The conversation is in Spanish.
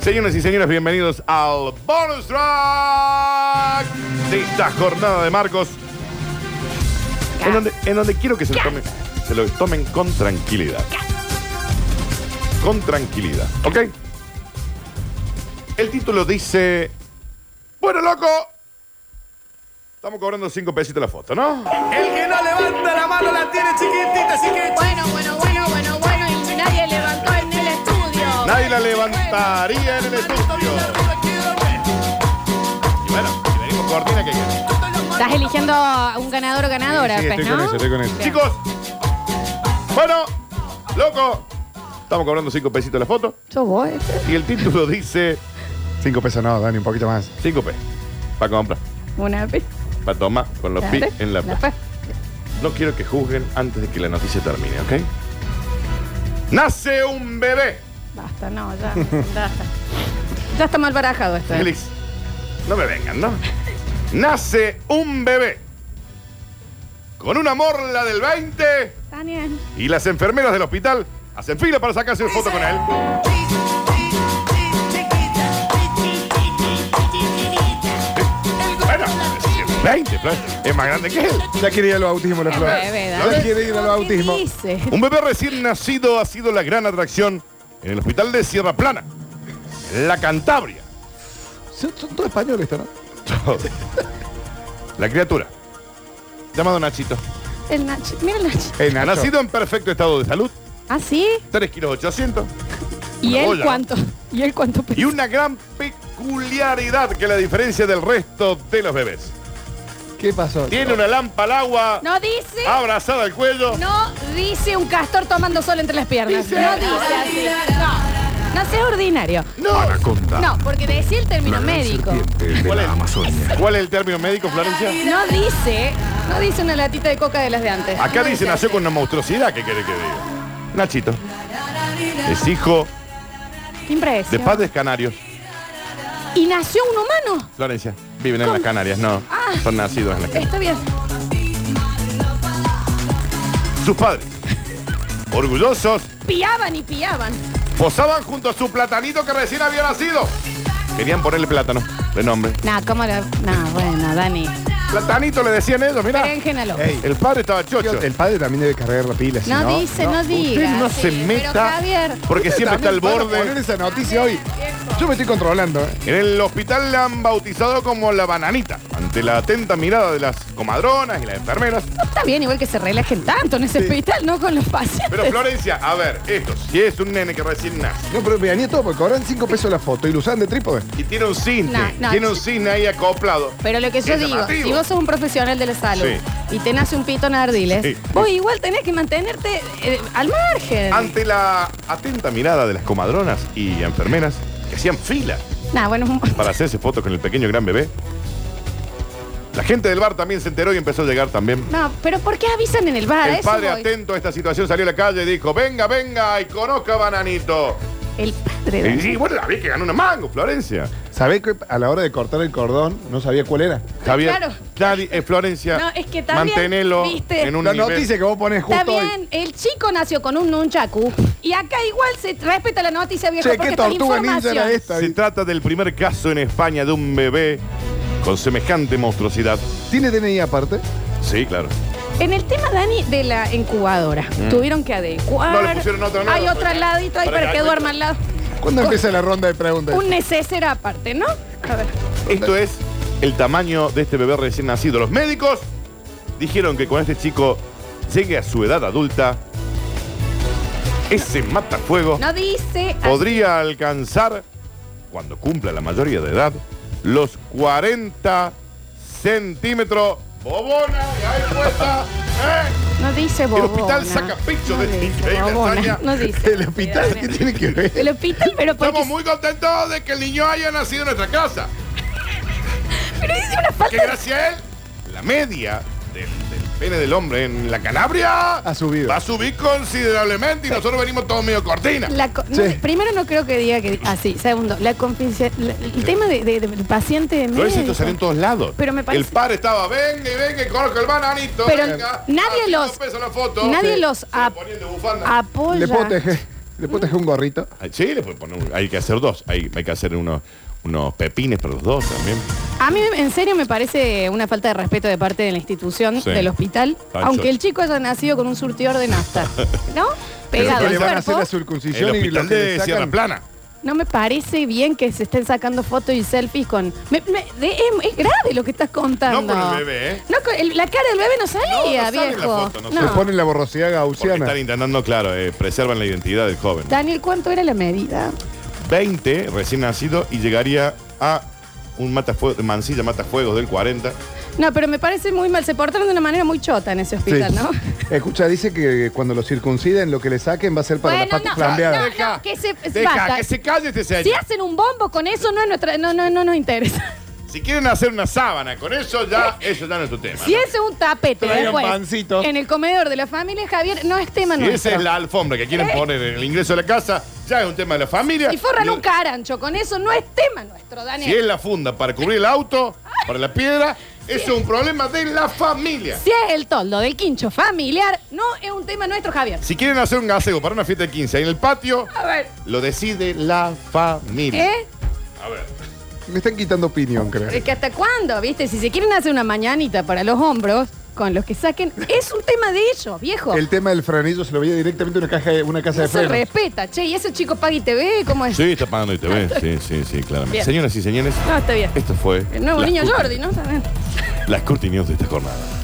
Señoras y señores, bienvenidos al bonus track de esta jornada de Marcos. En donde, en donde quiero que se lo, tomen, se lo tomen con tranquilidad. Con tranquilidad, ¿ok? El título dice... Bueno, loco. Estamos cobrando cinco pesitos la foto, ¿no? El que no levanta la mano la tiene chiquitita, así que... Bueno, bueno, bueno, bueno, bueno, y nadie levantó en el estudio. Nadie la levantaría en el estudio. Y bueno, y venimos cortina que queda. Estás eligiendo a un ganador o ganadora, Sí, pues, estoy ¿no? con eso, estoy con eso. Bien. Chicos, bueno, loco. Estamos cobrando cinco pesitos la foto. ¿Sos vos? Y el título dice Cinco pesos no, Dani, un poquito más. cinco pesos. Para comprar, Una vez. para tomar, con los pi en la... Después. No quiero que juzguen antes de que la noticia termine, ¿ok? Nace un bebé. Basta, no, ya. Basta. Ya está mal barajado esto. ¿eh? Félix, no me vengan, ¿no? Nace un bebé con una morla del 20 Daniel. y las enfermeras del hospital hacen fila para sacarse una foto con él. Bueno, 20, Flor, es más grande que él. Ya quiere ir al bautismo, la Es flor. bebé, Dani. Ya quiere ir al bautismo. ¿Qué dices? Un bebé recién nacido ha sido la gran atracción en el hospital de Sierra Plana, la Cantabria. Son, son todos españoles, esto, ¿no? La criatura, llamado Nachito, El Nacho. Mira el Nacho. El Nacho. nacido en perfecto estado de salud, ¿Ah, sí? 3 kilos 800, ¿Y Una él bola, cuánto? ¿Y él cuánto pesa? y una gran peculiaridad que la diferencia del resto de los bebés. ¿Qué pasó? Tiene una lámpara al agua No dice. abrazada al cuello. No dice un castor tomando sol entre las piernas. No dice así. No. No seas ordinario. Anaconda. No, porque decía el término La gran médico. serpiente de ¿Cuál es? la Amazonia. ¿Cuál es el término médico, Florencia? No dice, no dice una latita de coca de las de antes. Acá No dice nació así. con una monstruosidad, ¿qué quiere que diga? Nachito. Es hijo Qué de Impresión. padres canarios. Y nació un humano. Florencia, viven en las Canarias, no. Ah. Son nacidos en las Canarias. Está bien. Sus padres, orgullosos, Piaban y piaban. posaban junto a su platanito que recién había nacido. Querían ponerle plátano, de nombre. Nah, ¿cómo lo.? Nah, bueno, Dani. Platanito le decían ellos, mira. Berenjenalo. Ey, El padre estaba chocho. El padre también debe cargar la pila, si No, no. dice, no, diga. Usted no sí, se Pero meta Javier. porque siempre está al También van a poner borde. esa noticia hoy. Yo me estoy controlando. ¿eh? En el hospital la han bautizado como la bananita, ante la atenta mirada de las comadronas y las enfermeras. No está bien, igual que se relajen tanto en ese hospital, no con los pacientes. Pero Florencia, a ver, esto, si es un nene que recién nace No, pero me dañé todo porque cobran cinco pesos la foto y lo usan de trípode. y tiene un cisne, No, no, tiene un sí. cisne ahí acoplado. Pero lo que yo Es digo, llamativo. si vos sos un profesional de la salud y te nace un pito en ardiles, Sí. vos igual tenés que mantenerte eh, al margen. Ante la atenta mirada de las comadronas y enfermeras que hacían fila Nah, bueno, es un- para hacerse fotos con el pequeño gran bebé, la gente del bar también se enteró y empezó a llegar también. No, pero ¿por qué avisan en el bar? A El eso padre voy. atento a esta situación salió a la calle y dijo, venga, venga, y conozca a Bananito. El padre. Y Dani. sí, bueno, la vi que ganó una mango, Florencia. ¿Sabés que a la hora de cortar el cordón no sabía cuál era? Javier, Claro. nadie, eh, Florencia, No, es que también, mantenelo viste. en un la nivel. noticia que vos pones justo Está hoy. bien, el chico nació con un nunchaku y acá igual se respeta la noticia vieja Che, porque qué está la tortuga ninja información. era esta. Se trata del primer caso en España de un bebé con semejante monstruosidad. ¿Tiene DNI aparte? Sí, claro. En el tema, Dani, de la incubadora, Mm. tuvieron que adecuar. No, le pusieron otra, no, Hay pues. no, otra no. ladita ahí Para para, que que acueste. duerma al lado. ¿Cuándo empieza la ronda de preguntas? Un neceser aparte, ¿no? A ver. Esto es el tamaño de este bebé recién nacido. Los médicos dijeron que con este chico llegue a su edad adulta, ese matafuego No dice. podría alcanzar, cuando cumpla la mayoría de edad, los 40 centímetros. ¡Bobona! y ahí puesta, ¿eh? No dice bobona. hospital saca picho de esta dice increíble bobona, hazaña. No dice. ¿El hospital qué tiene que ver? El hospital, pero porque... Estamos muy contentos de que el niño haya nacido en nuestra casa. Pero dice una Que falta de gracias a él, la media del, del pene del hombre en la Canabria Ha subido. Va a subir considerablemente y nosotros venimos todos medio cortina. La co- no, Sí. primero no creo que diga que así. Segundo, la confidencia- la- el tema de, de- del paciente de Lo dice, médico. esto salió en todos lados. Pero me parece- El padre estaba, venga y venga y conozca el bananito. Pero venga, nadie así los- no pesa la foto. nadie los Se lo ap- ponían de bufanda. apoya. Le puedo tejer. Después te dejé un gorrito. Ah, Sí, le puede poner un- hay que hacer dos. Hay, hay que hacer unos, unos pepines para los dos también. A mí en serio me parece una falta de respeto de parte de la institución Sí. del hospital, Pancho. aunque el chico haya nacido con un surtidor de nafta, ¿no? Pegado Que le al van a hacer cuerpo. la El circuncisión y lo hospital que le de Sierra sacan. Plana. No me parece bien que se estén sacando fotos y selfies con. me- me- de- es, es grave lo que estás contando. No con el bebé, ¿eh? No con el- la cara del bebé no salía, No, no sale en la viejo. foto, no No. Se ponen la borrosidad Porque gaussiana. están intentando, claro, eh, preservan la identidad del joven. Daniel, ¿cuánto era la medida? 20 recién nacido y llegaría a un matafue- mancilla matafuegos del 40. No, pero me parece muy mal. Se portaron de una manera muy chota en ese hospital, Sí. ¿no? Escucha, dice que cuando lo circunciden, lo que le saquen va a ser para las patas flambeadas. no, no, que se deja, basta. que se calle este señor. Si hacen un bombo con eso, no, es nuestra, no, no, no nos interesa. Si quieren hacer una sábana con eso, ya eso ya no es tu tema. Si ¿no? ese es un tapete Traigan después, pancito. en el comedor de la familia, Javier, no es tema Si nuestro. esa es la alfombra que quieren poner en el ingreso de la casa, ya es un tema de la familia. Si ¿Eh? forran Y- un carancho con eso, no es tema nuestro, Daniel. Si es la funda para cubrir el auto, para la piedra, eso es un problema de la familia. Si es el toldo del quincho familiar, no es un tema nuestro, Javier. Si quieren hacer un gaseo para una fiesta de 15 ahí en el patio, A ver, lo decide la familia. ¿eh? A ver. Me están quitando opinión, creo. Es que hasta cuándo, ¿viste? Si se quieren hacer una mañanita para los hombros, con los que saquen, es un tema de ellos, viejo. El tema del franillo se lo veía directamente en una, caja de- una casa no de se frenos. respeta, che, y ese chico paga y te ve, ¿cómo es? Sí, está pagando y te ve. Sí, sí, sí, claramente. Bien. Señoras y señores, No, está bien. esto fue. El nuevo las niño Curti- Jordi, ¿no? Está bien. Las Curti News de esta jornada.